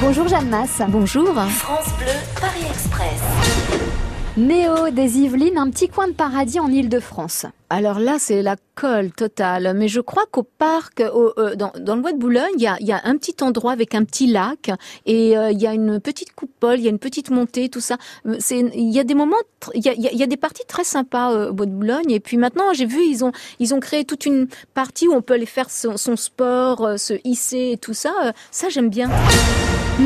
Bonjour Jeanne Masse. Bonjour. France Bleu, Paris Express. Néo des Yvelines, un petit coin de paradis en Île-de-France. Alors là, c'est la colle totale. Mais je crois qu'au parc, au- euh, dans, dans le bois de Boulogne, il y a, il y a un petit endroit avec un petit lac et euh, il y a une petite coupole, il y a une petite montée, tout ça. Euh, c'est- Il y a des moments, tr- il y a, il y a- il y a des parties très sympas euh, au bois de Boulogne. Et puis maintenant, j'ai vu, ils ont, ils ont créé toute une partie où on peut aller faire son, son sport, euh, se hisser et tout ça. Euh, Ça, j'aime bien.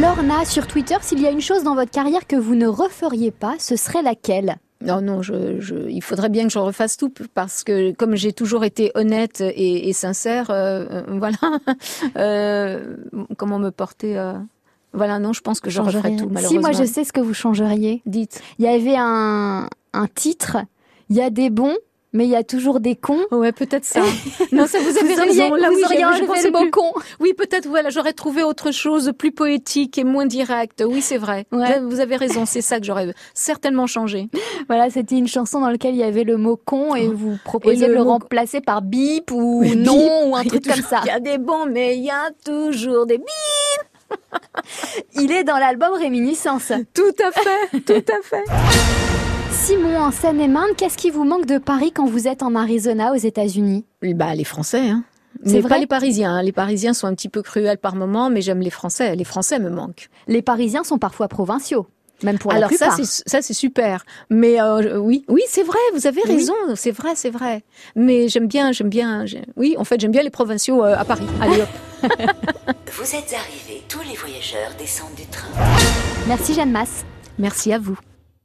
Lorna, sur Twitter, s'il y a une chose dans votre carrière que vous ne referiez pas, ce serait laquelle Non, non, je, je, il faudrait bien que j'en refasse tout parce que comme j'ai toujours été honnête et, et sincère, euh, euh, voilà, euh, comment me porter. euh, voilà, non, je pense que je referais tout, malheureusement. Si, moi je sais ce que vous changeriez. Dites. Il y avait un, un titre, il y a des bons, mais il y a toujours des cons. Ouais, peut-être ça. non, ça vous avez auriez- raison. Là, vous oui, auriez j'ai- enlevé je pensais le mot plus. con. Oui, peut-être, voilà, j'aurais trouvé autre chose de plus poétique et moins direct. Oui, c'est vrai. Ouais. Là, Vous avez raison, c'est ça que j'aurais certainement changé. Voilà, c'était une chanson dans laquelle il y avait le mot con et vous proposiez Ah. Et de le le mot- remplacer par bip ou Oui, non bip. ou un Il y a truc comme toujours- ça. Il y a des bons, mais il y a toujours des Il est dans l'album Réminiscence. Tout à fait, tout à fait. Simon, en Seine-et-Marne, qu'est-ce qui vous manque de Paris quand vous êtes en Arizona aux États-Unis Oui, Bah, les Français, hein. C'est Mais vrai pas les Parisiens. hein. Les Parisiens sont un petit peu cruels par moments, mais j'aime les Français. Les Français me manquent. Les Parisiens sont parfois provinciaux, même pour la Alors ça, plupart. c'est ça, c'est super. Mais euh, oui, oui, c'est vrai. Vous avez Oui. raison. C'est vrai, c'est vrai. Mais j'aime bien, j'aime bien. j'ai- Oui, en fait, j'aime bien les provinciaux euh, à Paris. Allez, hop. Vous êtes arrivés, tous les voyageurs descendent du train. Merci Jeanne Masse. merci à vous.